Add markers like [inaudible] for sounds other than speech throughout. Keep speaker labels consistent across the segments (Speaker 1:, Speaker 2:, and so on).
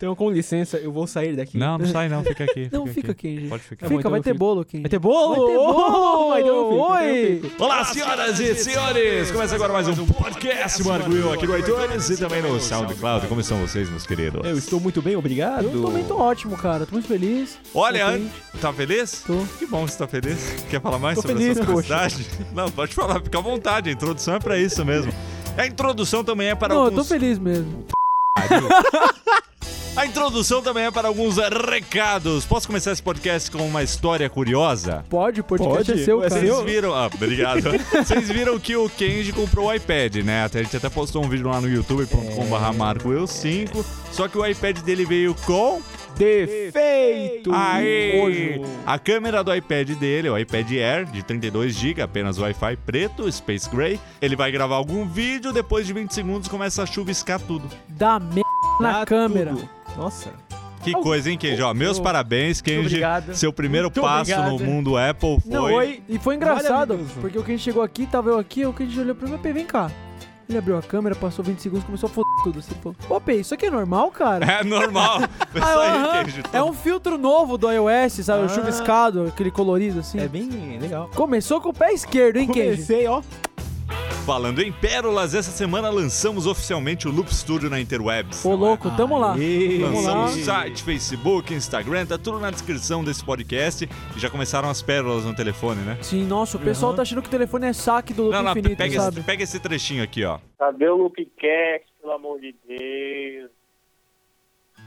Speaker 1: Então, com licença, eu vou sair daqui.
Speaker 2: Não, não sai não,
Speaker 1: [laughs]
Speaker 2: fica aqui.
Speaker 1: Não, fica aqui, gente.
Speaker 2: Pode
Speaker 3: Tá
Speaker 2: ficar.
Speaker 1: Fica,
Speaker 2: Então
Speaker 1: vai
Speaker 2: eu
Speaker 1: ter
Speaker 2: fico.
Speaker 1: bolo aqui.
Speaker 3: Vai ter bolo!
Speaker 1: Vai ter bolo! Vai ter um filho, vai ter um
Speaker 3: Oi!
Speaker 1: filho.
Speaker 3: Olá, senhoras e senhores! Começa agora mais um podcast Marguil aqui no iTunes e também no SoundCloud. Como estão tá vocês, meus queridos?
Speaker 1: Eu estou muito bem, obrigado.
Speaker 3: Eu
Speaker 1: estou
Speaker 3: também tô
Speaker 1: ótimo, cara. Tô muito feliz.
Speaker 2: Olha, tá feliz?
Speaker 1: Tô.
Speaker 2: Que bom que você tá feliz. Quer falar mais
Speaker 1: Tô
Speaker 2: sobre
Speaker 1: feliz,
Speaker 2: essa
Speaker 1: poxa.
Speaker 2: curiosidade? Não, pode falar, fica à vontade. A introdução é pra isso mesmo. A introdução também é para
Speaker 1: Não, eu tô
Speaker 2: alguns.
Speaker 1: feliz mesmo.
Speaker 2: A introdução também é para alguns recados. Posso começar esse podcast com uma história curiosa?
Speaker 1: Pode, o podcast
Speaker 3: Pode?
Speaker 1: é seu,
Speaker 3: Ué,
Speaker 1: cara.
Speaker 2: Vocês viram. Ah,
Speaker 1: [laughs]
Speaker 2: obrigado. Vocês viram que o Kenji comprou o iPad, né? Até, a gente até postou um vídeo lá no youtube.com/barra Marco Eu 5. Só que o iPad dele veio com.
Speaker 1: Defeito!
Speaker 2: Aê!
Speaker 1: Nojo.
Speaker 2: A câmera do iPad dele, o iPad Air, de 32GB, apenas Wi-Fi preto, Space Gray. Ele vai gravar algum vídeo, depois de 20 segundos começa a chuviscar tudo.
Speaker 1: Dá merda na
Speaker 3: Dá
Speaker 1: câmera.
Speaker 3: tudo. Nossa.
Speaker 2: Que
Speaker 1: Au.
Speaker 2: coisa, hein, Kenji? Ó, meus
Speaker 1: Ô,
Speaker 2: parabéns, Kenji.
Speaker 3: obrigado.
Speaker 2: Seu primeiro
Speaker 3: Muito
Speaker 2: passo
Speaker 3: obrigado.
Speaker 2: no mundo Apple foi...
Speaker 1: Não, oi. E foi engraçado,
Speaker 3: Maravilhoso.
Speaker 1: porque o que a gente chegou aqui, tava eu aqui, o que a gente olhou pra mim, "Pê, vem cá. Ele abriu a câmera, passou 20 segundos, começou a foder tudo. Assim, pô, Ô, Pê, isso aqui é
Speaker 3: [laughs]
Speaker 1: normal, cara?
Speaker 2: [laughs] É normal. Foi
Speaker 1: [laughs] Ah,
Speaker 2: isso aí,
Speaker 1: aham.
Speaker 2: Kenji. tá
Speaker 1: É um filtro novo do iOS, sabe?
Speaker 3: Ah.
Speaker 1: O chuviscado, aquele colorido assim.
Speaker 3: É bem legal.
Speaker 1: Começou com o pé esquerdo, hein, Kenji?
Speaker 3: Comecei, ó.
Speaker 2: Falando em pérolas, essa semana lançamos oficialmente o Loop Studio na Interwebs.
Speaker 1: Ô, louco, tamo lá.
Speaker 3: Aê.
Speaker 1: Vamos lá.
Speaker 2: Lançamos site, Facebook, Instagram, tá tudo na descrição desse podcast. E já começaram as pérolas no telefone, né?
Speaker 1: Sim, nossa, o pessoal
Speaker 3: Aham.
Speaker 1: tá achando que o telefone é saque do Loop
Speaker 2: Não, não,
Speaker 1: Infinito,
Speaker 2: pega
Speaker 1: [laughs]
Speaker 2: esse,
Speaker 1: sabe?
Speaker 2: pega esse trechinho aqui, ó.
Speaker 4: Cadê o Loopcast, pelo amor de Deus?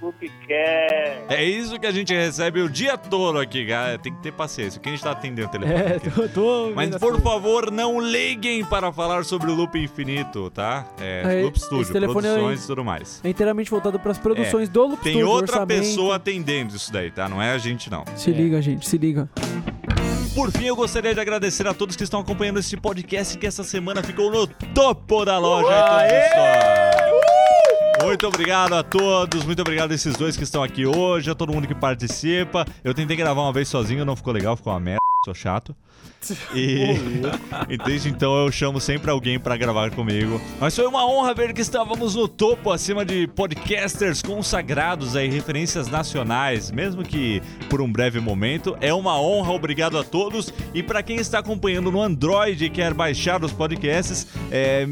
Speaker 4: Loopcast.
Speaker 2: É isso que a gente recebe o dia todo aqui, cara. Tem que ter paciência. Quem está tá atendendo o telefone?
Speaker 3: É, tô... tô
Speaker 2: Mas,
Speaker 3: vendo
Speaker 2: por
Speaker 1: né?
Speaker 3: assim.
Speaker 2: favor, não liguem para falar sobre o Loop Infinito, tá? É,
Speaker 1: É,
Speaker 2: Loop
Speaker 1: esse
Speaker 2: Studio,
Speaker 1: telefone é-
Speaker 2: produções e tudo mais. É,
Speaker 1: É inteiramente voltado pras produções do Loop
Speaker 2: Tem
Speaker 1: Studio,
Speaker 2: outra
Speaker 1: orçamento.
Speaker 2: pessoa atendendo isso daí, tá? Não é a gente, não.
Speaker 1: Se
Speaker 3: É.
Speaker 1: liga, gente, se liga.
Speaker 2: Por fim, eu gostaria de agradecer a todos que estão acompanhando esse podcast que essa semana ficou no topo da loja iTunes Store. Muito obrigado a todos, muito obrigado a esses dois que estão aqui hoje, a todo mundo que participa. Eu tentei gravar uma vez sozinho, não ficou legal, ficou uma merda, sou chato. E, [laughs] e desde então eu chamo sempre alguém pra gravar comigo. Mas foi uma honra ver que estávamos no topo acima de podcasters consagrados aí, referências nacionais, mesmo que por um breve momento. É uma honra, obrigado a todos. E pra quem está acompanhando no Android e quer baixar os podcasts, é,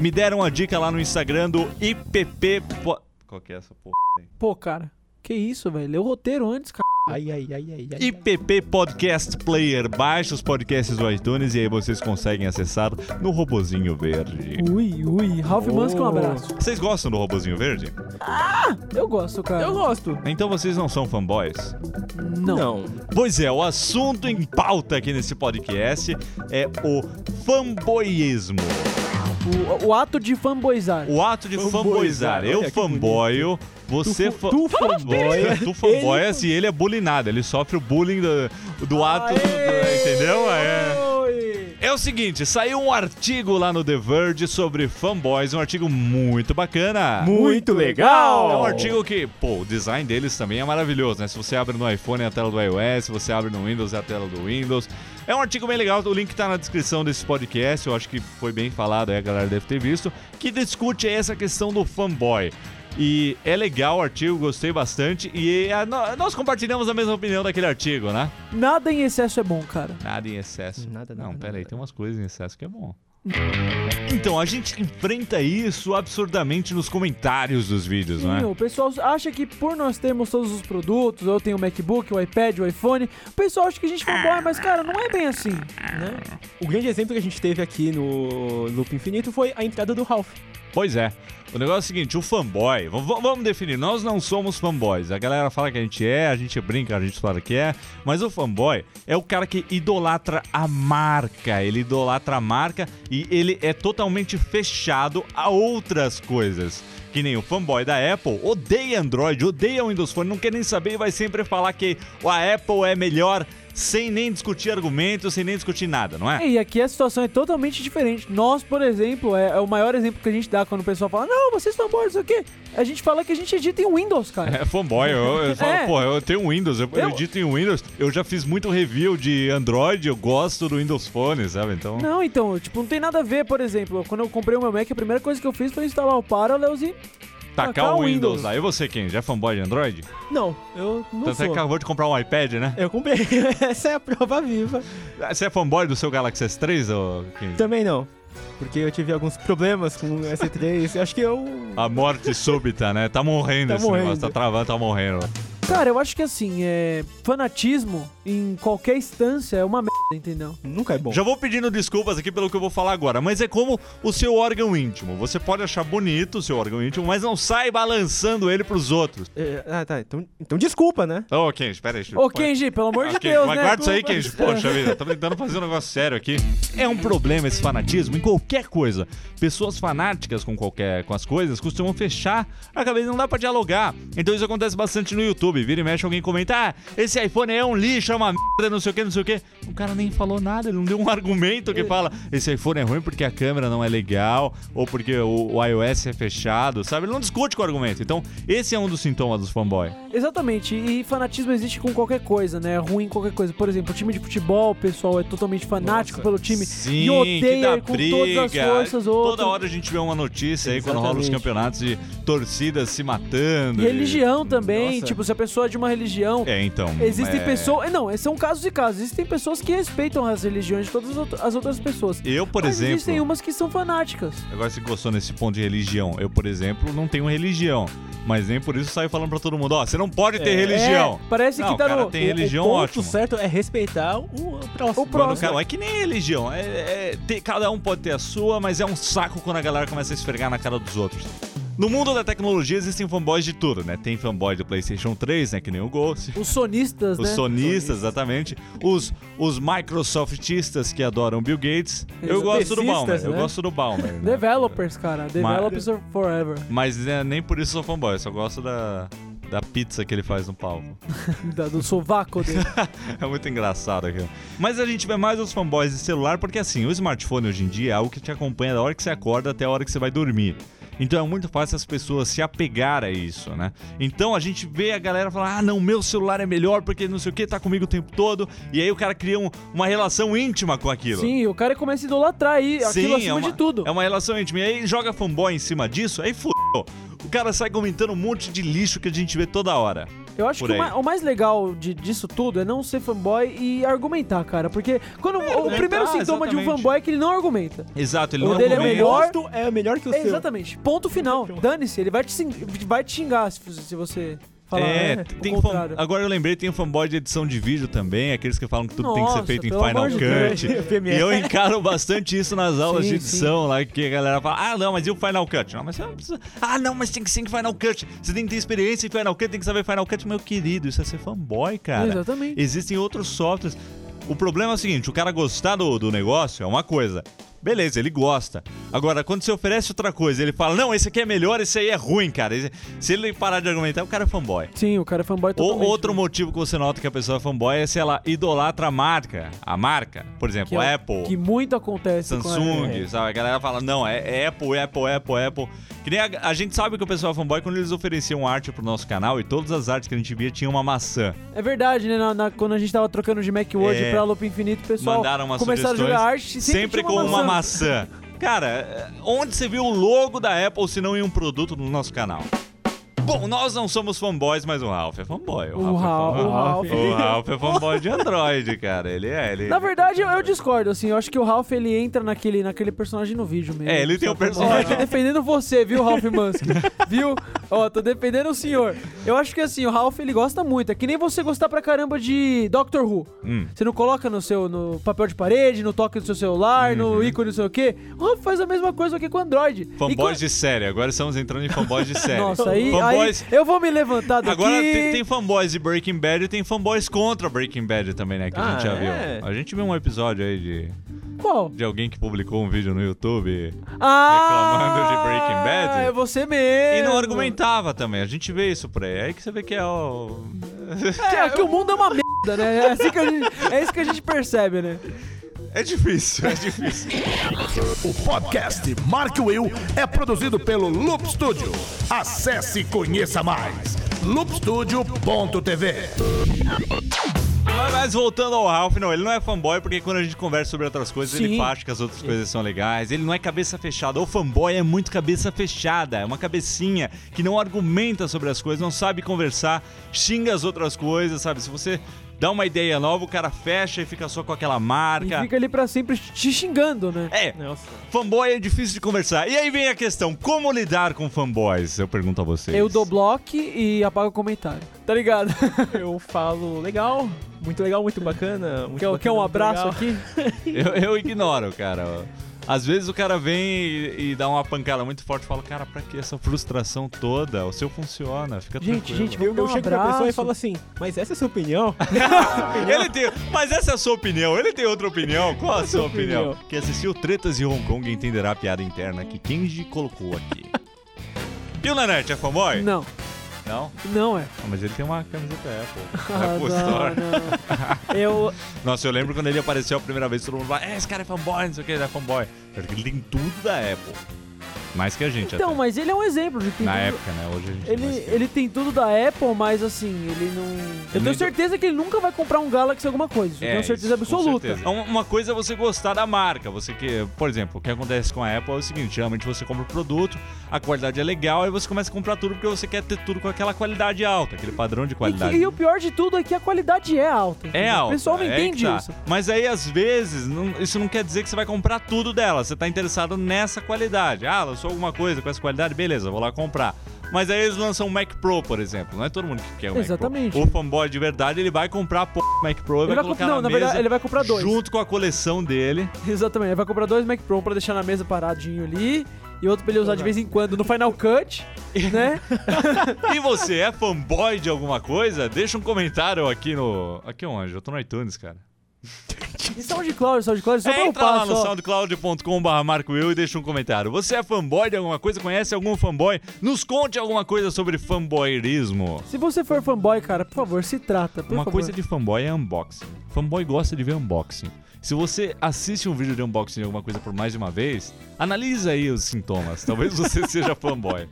Speaker 2: me deram a dica lá no Instagram do IPP. po- Qual que é essa porra?
Speaker 1: Pô, cara, que isso, velho? Leu o roteiro antes, cara.
Speaker 3: Ai, ai, ai, ai, ai.
Speaker 2: IPP Podcast Player. Baixa os podcasts do iTunes e aí vocês conseguem acessar no robozinho verde.
Speaker 1: Ui, ui. Ralph
Speaker 3: Oh.
Speaker 1: Musk, um abraço.
Speaker 2: Vocês gostam do robozinho verde?
Speaker 1: Eu gosto, cara.
Speaker 3: Eu gosto.
Speaker 2: Então vocês não são fanboys?
Speaker 1: Não.
Speaker 2: Pois é, o assunto em pauta aqui nesse podcast é o fanboyismo.
Speaker 1: O, o ato de fanboyzar.
Speaker 2: O ato de
Speaker 3: Fanboyzar,
Speaker 2: fanboyzar. Eu
Speaker 3: olha que
Speaker 2: fanboio, você
Speaker 3: Tu fa-
Speaker 2: fa-
Speaker 3: tu fanboia,
Speaker 2: Tu fanboias e ele é bullyingado. Ele sofre o bullying do, do ato. do- do- entendeu? É.
Speaker 1: Oi.
Speaker 2: É o seguinte, saiu um artigo lá no The Verge sobre fanboys, um artigo muito bacana.
Speaker 3: Muito legal.
Speaker 2: É um artigo que, pô, o design deles também é maravilhoso, né? Se você abre no iPhone é a tela do iOS, se você abre no Windows é a tela do Windows. É um artigo bem legal, o link tá na descrição desse podcast, eu acho que foi bem falado aí, a galera deve ter visto, que discute essa questão do fanboy. E é legal o artigo, gostei bastante, e a- nó- nós compartilhamos a mesma opinião daquele artigo, né?
Speaker 1: Nada em excesso é bom, cara.
Speaker 2: Nada em excesso.
Speaker 3: Nada, nada,
Speaker 2: Não, pera aí,
Speaker 3: nada.
Speaker 2: tem umas coisas em excesso que é bom. Então, a gente enfrenta isso absurdamente nos comentários dos vídeos, não
Speaker 1: Sim,
Speaker 2: é?
Speaker 1: o pessoal acha que por nós termos todos os produtos, eu tenho o MacBook, o iPad, o iPhone, o pessoal acha que a gente foi boy, mas cara, não é bem assim.
Speaker 3: Né? O grande exemplo que a gente teve aqui no Loop Infinito foi a entrada do Ralph.
Speaker 2: Pois é. O negócio é o seguinte, o fanboy, v- v- vamos definir, nós não somos fanboys. A galera fala que a gente é, a gente brinca, a gente fala que é, mas o fanboy é o cara que idolatra a marca, ele idolatra a marca e ele é totalmente fechado a outras coisas. Que nem o fanboy da Apple, odeia Android, odeia o Windows Phone, não quer nem saber e vai sempre falar que a Apple é melhor sem nem discutir argumentos, sem nem discutir nada, não é?
Speaker 1: É, E aqui a situação é totalmente diferente. Nós, por exemplo, é, é o maior exemplo que a gente dá quando o pessoal fala, não, vocês estão bons, não sei o quê. A gente fala que a gente edita em Windows, cara.
Speaker 2: É fanboy, eu, eu falo,
Speaker 1: É.
Speaker 2: pô, eu tenho um Windows, eu, eu
Speaker 1: Eu-
Speaker 2: edito em Windows, eu já fiz muito review de Android, eu gosto do Windows Phone, sabe? Então.
Speaker 3: É.
Speaker 1: Não, então, tipo, não tem nada a ver, por exemplo, quando eu comprei o meu Mac, a primeira coisa que eu fiz foi instalar o Parallels e.
Speaker 2: Tacar,
Speaker 1: Tacar
Speaker 2: tá, o
Speaker 1: o
Speaker 2: Windows,
Speaker 1: Windows.
Speaker 2: lá. E você quem? Já é fanboy de Android?
Speaker 5: Não, eu não
Speaker 2: Então você
Speaker 5: sou.
Speaker 2: acabou de comprar um iPad, né?
Speaker 3: [laughs]
Speaker 5: Eu comprei. Essa é a prova viva.
Speaker 2: Você é fanboy do seu Galaxy S3, ou quem?
Speaker 5: Também não. Porque eu tive alguns problemas com o S3. Eu acho que eu.
Speaker 2: A morte súbita, né? Tá morrendo
Speaker 5: Tá
Speaker 2: esse negócio,
Speaker 5: morrendo.
Speaker 2: tá travando, tá morrendo.
Speaker 1: Cara, eu acho que assim, é. Fanatismo em qualquer instância é uma merda, entendeu?
Speaker 5: Nunca é bom.
Speaker 2: Já vou pedindo desculpas aqui pelo que eu vou falar agora, mas é como o seu órgão íntimo. Você pode achar bonito o seu órgão íntimo, mas não sai balançando ele pros outros.
Speaker 5: É, ah, tá. Então, então desculpa, né?
Speaker 2: Ô, oh, Kenji, pera aí.
Speaker 1: Ô, Kenji, pelo amor de
Speaker 2: Ok,
Speaker 1: Deus,
Speaker 2: Ah, mas
Speaker 1: né?
Speaker 2: guarda isso aí,
Speaker 1: Desculpa.
Speaker 2: Kenji. Poxa vida, tô tentando fazer um negócio sério aqui. É um problema esse fanatismo em qualquer coisa. Pessoas fanáticas com qualquer com as coisas costumam fechar a cabeça, não dá pra dialogar. Então isso acontece bastante no YouTube. Vira e mexe alguém comenta: "Ah, esse iPhone é um lixo, é uma merda, não sei o que, não sei o que". O cara nem falou nada, ele não deu um argumento que fala: "Esse iPhone é ruim porque a câmera não é legal ou porque o, o iOS é fechado", sabe? Ele não discute com o argumento. Então, esse é um dos sintomas dos fanboy.
Speaker 1: Exatamente, e fanatismo existe com qualquer coisa, né? É Ruim em qualquer coisa. Por exemplo, o time de futebol, o pessoal é totalmente fanático pelo time
Speaker 2: Sim,
Speaker 1: e
Speaker 2: que dá
Speaker 1: odeia com
Speaker 2: briga.
Speaker 1: todas as forças outro.
Speaker 2: Toda hora a gente vê uma notícia aí quando rola os
Speaker 5: Exatamente.
Speaker 2: campeonatos de torcidas se matando.
Speaker 1: E
Speaker 2: de-
Speaker 1: religião também,
Speaker 5: Nossa.
Speaker 1: tipo, se a pessoa é de uma religião.
Speaker 2: É, então.
Speaker 1: Existem
Speaker 2: é-
Speaker 1: pessoas. eh, Não, um são casos e casos. Existem pessoas que respeitam as religiões de todas as out- as outras pessoas.
Speaker 2: Eu, por
Speaker 1: Mas
Speaker 2: exemplo.
Speaker 1: existem um- umas que são fanáticas.
Speaker 2: Agora você gostou nesse ponto de religião. Eu, por exemplo, não tenho religião. Mas nem por isso saio falando pra todo mundo: ó, você não pode ter religião.
Speaker 1: É, parece
Speaker 2: Não,
Speaker 1: que tá
Speaker 2: o cara
Speaker 1: no.
Speaker 2: tem religião,
Speaker 5: o ponto
Speaker 2: ótimo.
Speaker 5: certo é respeitar o, o próximo.
Speaker 1: O próximo.
Speaker 2: Não, é que nem religião. É, é- tem- cada um pode ter a sua, mas é um saco quando a galera começa a esfregar na cara dos outros. No mundo da tecnologia existem fanboys de tudo, né? Tem fanboy do PlayStation 3, né? Que nem o Ghost.
Speaker 1: Os sonistas,
Speaker 2: Os
Speaker 1: né?
Speaker 2: sonistas, exatamente. Os, os Microsoftistas que adoram Bill Gates. Eu
Speaker 1: Os
Speaker 2: gosto do Balmer.
Speaker 5: pessoistas,
Speaker 2: Eu
Speaker 5: né?
Speaker 2: gosto do Balmer. né?
Speaker 1: Developers, cara. Developers are forever.
Speaker 2: Mas né, nem por isso sou fanboy, eu só gosto da, da pizza que ele faz no palco.
Speaker 1: Da- do sovaco
Speaker 2: [laughs]
Speaker 1: dele.
Speaker 2: É muito engraçado aquilo. Mas a gente vê mais os fanboys de celular porque, assim, o smartphone hoje em dia é algo que te acompanha da hora que você acorda até a hora que você vai dormir. Então é muito fácil as pessoas se apegar a isso, né? Então a gente vê a galera falar: ah, não, meu celular é melhor porque não sei o que, tá comigo o tempo todo. E aí o cara cria um- uma relação íntima com aquilo.
Speaker 1: Sim, o cara começa a idolatrar aí, aquilo acima
Speaker 2: é uma,
Speaker 1: de tudo.
Speaker 2: É uma relação íntima. E aí joga fanboy em cima disso, aí fudeu. O cara sai comentando um monte de lixo que a gente vê toda hora.
Speaker 1: Eu acho
Speaker 2: por
Speaker 1: que o
Speaker 2: aí.
Speaker 1: ma- o mais legal de- disso tudo é não ser fanboy e argumentar, cara. Porque quando o- o
Speaker 2: argumentar,
Speaker 1: primeiro sintoma de um
Speaker 2: É, tá, exatamente.
Speaker 1: fanboy é que ele não argumenta.
Speaker 2: Exato, ele
Speaker 1: O
Speaker 2: não
Speaker 1: dele é
Speaker 2: argumenta.
Speaker 1: melhor.
Speaker 5: O é melhor que o
Speaker 1: É,
Speaker 5: seu.
Speaker 1: exatamente. Ponto final. Dane-se, ele vai te, sin- vai te xingar se, se você falar
Speaker 2: é,
Speaker 1: né,
Speaker 2: tem
Speaker 1: o
Speaker 2: fan-
Speaker 1: contrário.
Speaker 2: agora eu lembrei, tem o fanboy de edição de vídeo também, aqueles que falam que tudo tem que ser
Speaker 1: Nossa,
Speaker 2: feito em
Speaker 1: pelo
Speaker 2: Final
Speaker 1: amor de Deus. [laughs]
Speaker 2: Cut. E eu encaro bastante isso nas aulas
Speaker 1: Sim,
Speaker 2: de edição, lá que a galera fala: ah, não, mas e o Final Cut? Não, mas você não precisa. Ah, não, mas tem que ser em Final Cut. Você tem que ter experiência em Final Cut, tem que saber Final Cut. Meu querido, isso é ser fanboy, cara.
Speaker 1: Exatamente.
Speaker 2: Existem outros softwares. O problema é o seguinte: o cara gostar do, do negócio é uma coisa. Beleza, ele gosta. Agora, quando você oferece outra coisa, ele fala: não, esse aqui é melhor, esse aí é ruim, cara. Esse- Se ele parar de argumentar, o cara é fanboy.
Speaker 1: Sim, o cara é fanboy
Speaker 2: Ou
Speaker 1: totalmente.
Speaker 2: outro motivo que você nota que a pessoa é fanboy é se ela idolatra a marca. A marca. Por exemplo,
Speaker 1: que é-
Speaker 2: Apple.
Speaker 1: Que É. muito acontece com
Speaker 2: Samsung, sabe? A galera fala, não, é Apple, Apple, Apple, Apple. Que nem a, a gente sabe que o pessoal é fanboy quando eles ofereciam arte pro nosso canal e todas as artes que a gente via tinha uma maçã.
Speaker 1: É verdade, né? na- na- quando a gente tava trocando de Mac hoje
Speaker 2: É.
Speaker 1: pra Loop Infinito, o pessoal
Speaker 2: Mandaram umas
Speaker 1: começaram a
Speaker 2: sugestões,
Speaker 1: jogar arte tinha
Speaker 2: Sempre, com uma maçã. Cara, é, onde você viu o logo da Apple se não em um produto no nosso canal? Bom, nós não somos fanboys, mas o Ralph é fanboy.
Speaker 1: O Ralph, o
Speaker 2: é fanboy.
Speaker 1: Ralph.
Speaker 2: O Ralph é fanboy de Android, cara. Ele é, ele...
Speaker 1: Na verdade, eu, eu discordo, assim. Eu acho que o Ralph, ele entra naquele, naquele personagem no vídeo mesmo.
Speaker 2: É, ele tem um
Speaker 1: Só que-
Speaker 2: personagem.
Speaker 1: Ó, tô defendendo você, viu, Ralph Musk? viu? Ó, tô defendendo o senhor. Eu acho que, assim, o Ralph, ele gosta muito. É que nem você gostar pra caramba de Doctor Who.
Speaker 2: Hum.
Speaker 1: Você não coloca no seu no papel de parede, no toque do seu celular, no ícone não sei o quê. O Ralph faz a mesma coisa aqui com o Android. E
Speaker 2: Uhum. Fanboys
Speaker 1: com-
Speaker 2: de série, agora estamos entrando em fanboys de série.
Speaker 1: Nossa, aí,
Speaker 2: fanboys...
Speaker 1: aí eu vou me levantar daqui.
Speaker 2: Agora tem, tem fanboys de Breaking Bad e tem fanboys contra Breaking Bad também, né? Que a
Speaker 5: Ah,
Speaker 2: gente já
Speaker 5: é?
Speaker 2: viu. A gente viu um episódio aí de,
Speaker 1: Qual?
Speaker 2: de alguém que publicou um vídeo no YouTube
Speaker 1: Ah,
Speaker 2: Reclamando de Breaking Bad?
Speaker 1: É você mesmo.
Speaker 2: e não argumentava também. A gente vê isso por aí. Aí que você vê que é o.
Speaker 1: Que, é, que o mundo é uma merda, né? É, assim que a gente- é isso que a gente percebe, né?
Speaker 2: É difícil, [laughs] é difícil.
Speaker 6: O podcast Mark Will é produzido pelo Loop Studio. Acesse e conheça mais. loopstudio.tv
Speaker 2: Mas, mas voltando ao Ralph, não, ele não é fanboy porque quando a gente conversa sobre outras coisas, ele
Speaker 1: Sim.
Speaker 2: acha que as outras coisas são legais. Ele não é cabeça fechada. O fanboy é muito cabeça fechada, é uma cabecinha que não argumenta sobre as coisas, não sabe conversar, xinga as outras coisas, sabe? Se você dá uma ideia nova, o cara fecha e fica só com aquela
Speaker 1: E
Speaker 2: marca.
Speaker 1: fica ali pra sempre te xingando, né?
Speaker 2: É,
Speaker 5: Nossa.
Speaker 2: fanboy é difícil de conversar. E aí vem a questão, como lidar com fanboys? Eu pergunto a vocês.
Speaker 1: Eu dou bloco e apago o comentário. Tá ligado?
Speaker 5: [laughs] Eu falo, legal, muito legal, muito bacana. Muito
Speaker 1: Quer,
Speaker 5: bacana,
Speaker 1: quer um
Speaker 5: muito
Speaker 1: abraço
Speaker 5: legal.
Speaker 1: aqui?
Speaker 5: [laughs]
Speaker 2: Eu, eu ignoro, cara. Às vezes o cara vem e, e dá uma pancada muito forte e fala, cara, pra que essa frustração toda? O seu funciona, fica
Speaker 1: Gente,
Speaker 2: tranquilo.
Speaker 1: gente,
Speaker 2: [laughs]
Speaker 5: Eu,
Speaker 1: vamos dar
Speaker 5: eu
Speaker 1: um
Speaker 5: chego pra pessoa e
Speaker 1: abraço.
Speaker 5: falo assim, mas essa é a sua opinião?
Speaker 2: Ele tem, mas essa é a sua opinião, ele tem outra opinião. Qual
Speaker 1: é
Speaker 2: a sua opinião?
Speaker 5: opinião.
Speaker 2: Quem assistiu Tretas de Hong Kong entenderá a piada interna que Kenji colocou
Speaker 1: [laughs]
Speaker 2: aqui. E o Nanete é fanboy?
Speaker 1: Não,
Speaker 2: Não?
Speaker 1: não é.
Speaker 2: Ah, mas ele tem uma camiseta Apple.
Speaker 1: [laughs]
Speaker 2: É
Speaker 1: Ah,
Speaker 2: Apple
Speaker 1: não,
Speaker 2: Store.
Speaker 1: não.
Speaker 5: [laughs]
Speaker 1: Eu,
Speaker 2: Nossa, eu lembro quando ele apareceu a primeira vez, todo mundo fala, é, esse cara é fanboy, não sei o que, ele é fanboy. Porque ele tem tudo da Apple. Mais que a gente até.
Speaker 5: tá.
Speaker 1: então, mas ele é um exemplo de que
Speaker 2: Na época, né? Hoje a gente
Speaker 1: Ele, é,
Speaker 2: não esquece.
Speaker 1: ele tem tudo da Apple, mas assim, ele não. Eu
Speaker 2: nem-
Speaker 1: tenho certeza que ele nunca vai comprar um Galaxy alguma coisa. Isso eu
Speaker 2: É,
Speaker 1: tenho certeza
Speaker 2: isso, com
Speaker 1: absoluta.
Speaker 2: certeza. Um- Uma coisa é você gostar da marca. Você que, por exemplo, o que acontece com a Apple é o seguinte: geralmente você compra o produto, a qualidade é legal, aí você começa a comprar tudo porque você quer ter tudo com aquela qualidade alta, aquele padrão de
Speaker 1: E, que-
Speaker 2: qualidade.
Speaker 1: e o pior de tudo é que a qualidade é alta.
Speaker 2: É
Speaker 1: entendeu?
Speaker 2: alta.
Speaker 1: O pessoal não
Speaker 2: é que
Speaker 1: entende
Speaker 2: tá.
Speaker 1: isso. [laughs]
Speaker 2: Mas aí, às vezes, não- isso não quer dizer que você vai comprar tudo dela. Você tá interessado nessa qualidade. Ah, lançou alguma coisa com essa qualidade, beleza, vou lá comprar. Mas aí eles lançam um Mac Pro, por exemplo. Não é todo mundo que quer o Mac
Speaker 1: Exatamente.
Speaker 2: Pro. O fanboy de verdade, ele vai comprar a porra do Mac Pro e vai,
Speaker 1: vai
Speaker 2: colocar
Speaker 1: comp- não,
Speaker 2: na
Speaker 1: na
Speaker 2: mesa
Speaker 1: verdade, ele vai comprar dois.
Speaker 2: junto com a coleção dele.
Speaker 1: Exatamente. Ele vai comprar dois Mac Pro, um pra deixar na mesa paradinho ali. E outro pra ele
Speaker 2: Uhum.
Speaker 1: usar de vez em quando no Final
Speaker 2: [laughs]
Speaker 1: Cut, né?
Speaker 2: E você é fanboy de alguma coisa? Deixa um comentário aqui no... Aqui onde? Eu tô no iTunes, cara.
Speaker 1: E SoundCloud, SoundCloud, só pra
Speaker 2: É, Entra lá
Speaker 1: upar
Speaker 2: no
Speaker 1: só.
Speaker 2: soundcloud.com.br Marco Will e deixa um comentário. Você é fanboy de alguma coisa? Conhece algum fanboy? Nos conte alguma coisa sobre fanboyismo.
Speaker 1: Se você for fanboy, cara, por favor, se trata. Por
Speaker 2: Uma
Speaker 1: favor.
Speaker 2: coisa de fanboy é unboxing. Fanboy gosta de ver unboxing. Se você assiste um vídeo de unboxing de alguma coisa por mais de uma vez, analisa aí os sintomas. Talvez você [laughs] seja fanboy.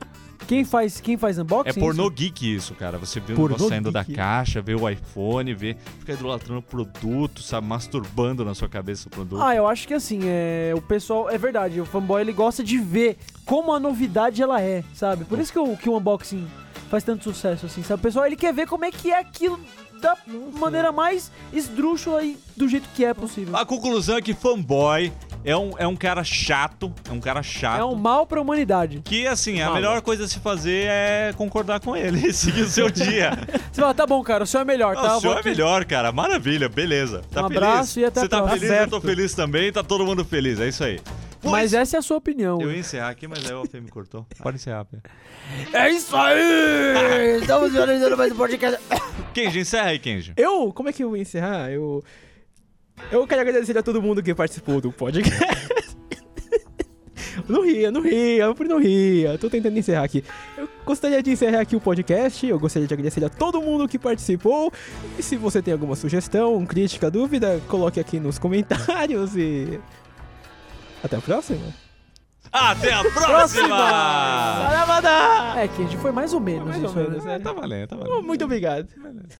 Speaker 1: Quem faz, quem faz unboxing?
Speaker 2: É pornô geek isso, cara. Você vê o
Speaker 5: Pornô
Speaker 2: negócio saindo da
Speaker 5: geek.
Speaker 2: caixa, vê o iPhone, vê, fica idolatrando o produto, sabe, masturbando na sua cabeça o produto.
Speaker 1: Ah, eu acho que assim, é, o pessoal. É verdade, o fanboy ele gosta de ver como a novidade ela é, sabe? Por isso que o, que o unboxing faz tanto sucesso, assim, sabe? O pessoal ele quer ver como é que é aquilo da maneira mais esdrúxula e do jeito que é possível.
Speaker 2: A conclusão é que fanboy é um, é um cara chato, é um cara chato.
Speaker 1: É um mal pra humanidade.
Speaker 2: Que assim, a melhor coisa a se fazer é concordar com ele [laughs] e seguir o
Speaker 1: [laughs]
Speaker 2: seu dia.
Speaker 1: Você fala, tá bom, cara, o senhor é melhor, tá?
Speaker 2: Não,
Speaker 1: Eu
Speaker 2: o seu
Speaker 1: vou
Speaker 2: é
Speaker 1: aqui."
Speaker 2: melhor, cara. Maravilha, beleza. Tá
Speaker 1: Um
Speaker 2: feliz?
Speaker 1: abraço e até a
Speaker 2: Você tá
Speaker 1: próxima.
Speaker 2: feliz, eu tô feliz também, tá todo mundo feliz, é isso aí. Pois-
Speaker 1: Mas essa é a sua opinião.
Speaker 2: Eu ia encerrar aqui, mas aí o Alfê me cortou. Pode encerrar, Fê.
Speaker 1: É isso aí! Estamos finalizando mais um podcast.
Speaker 2: Kenji, encerra aí, Kenji.
Speaker 5: Eu, como é que eu vou encerrar? Eu... Eu quero agradecer a todo mundo que participou do podcast. Não ria, não ria, não ria. Tô tentando encerrar aqui. Eu gostaria de encerrar aqui o podcast. Eu gostaria de agradecer a todo mundo que participou. E se você tem alguma sugestão, crítica, dúvida, coloque aqui nos comentários e. Até a próxima.
Speaker 2: Até a próxima!
Speaker 5: Saravada!
Speaker 1: É, que a gente foi mais ou menos
Speaker 5: Mais ou
Speaker 1: isso aí, né?
Speaker 5: menos, né?
Speaker 2: Tá valendo, tá valendo.
Speaker 5: Muito obrigado.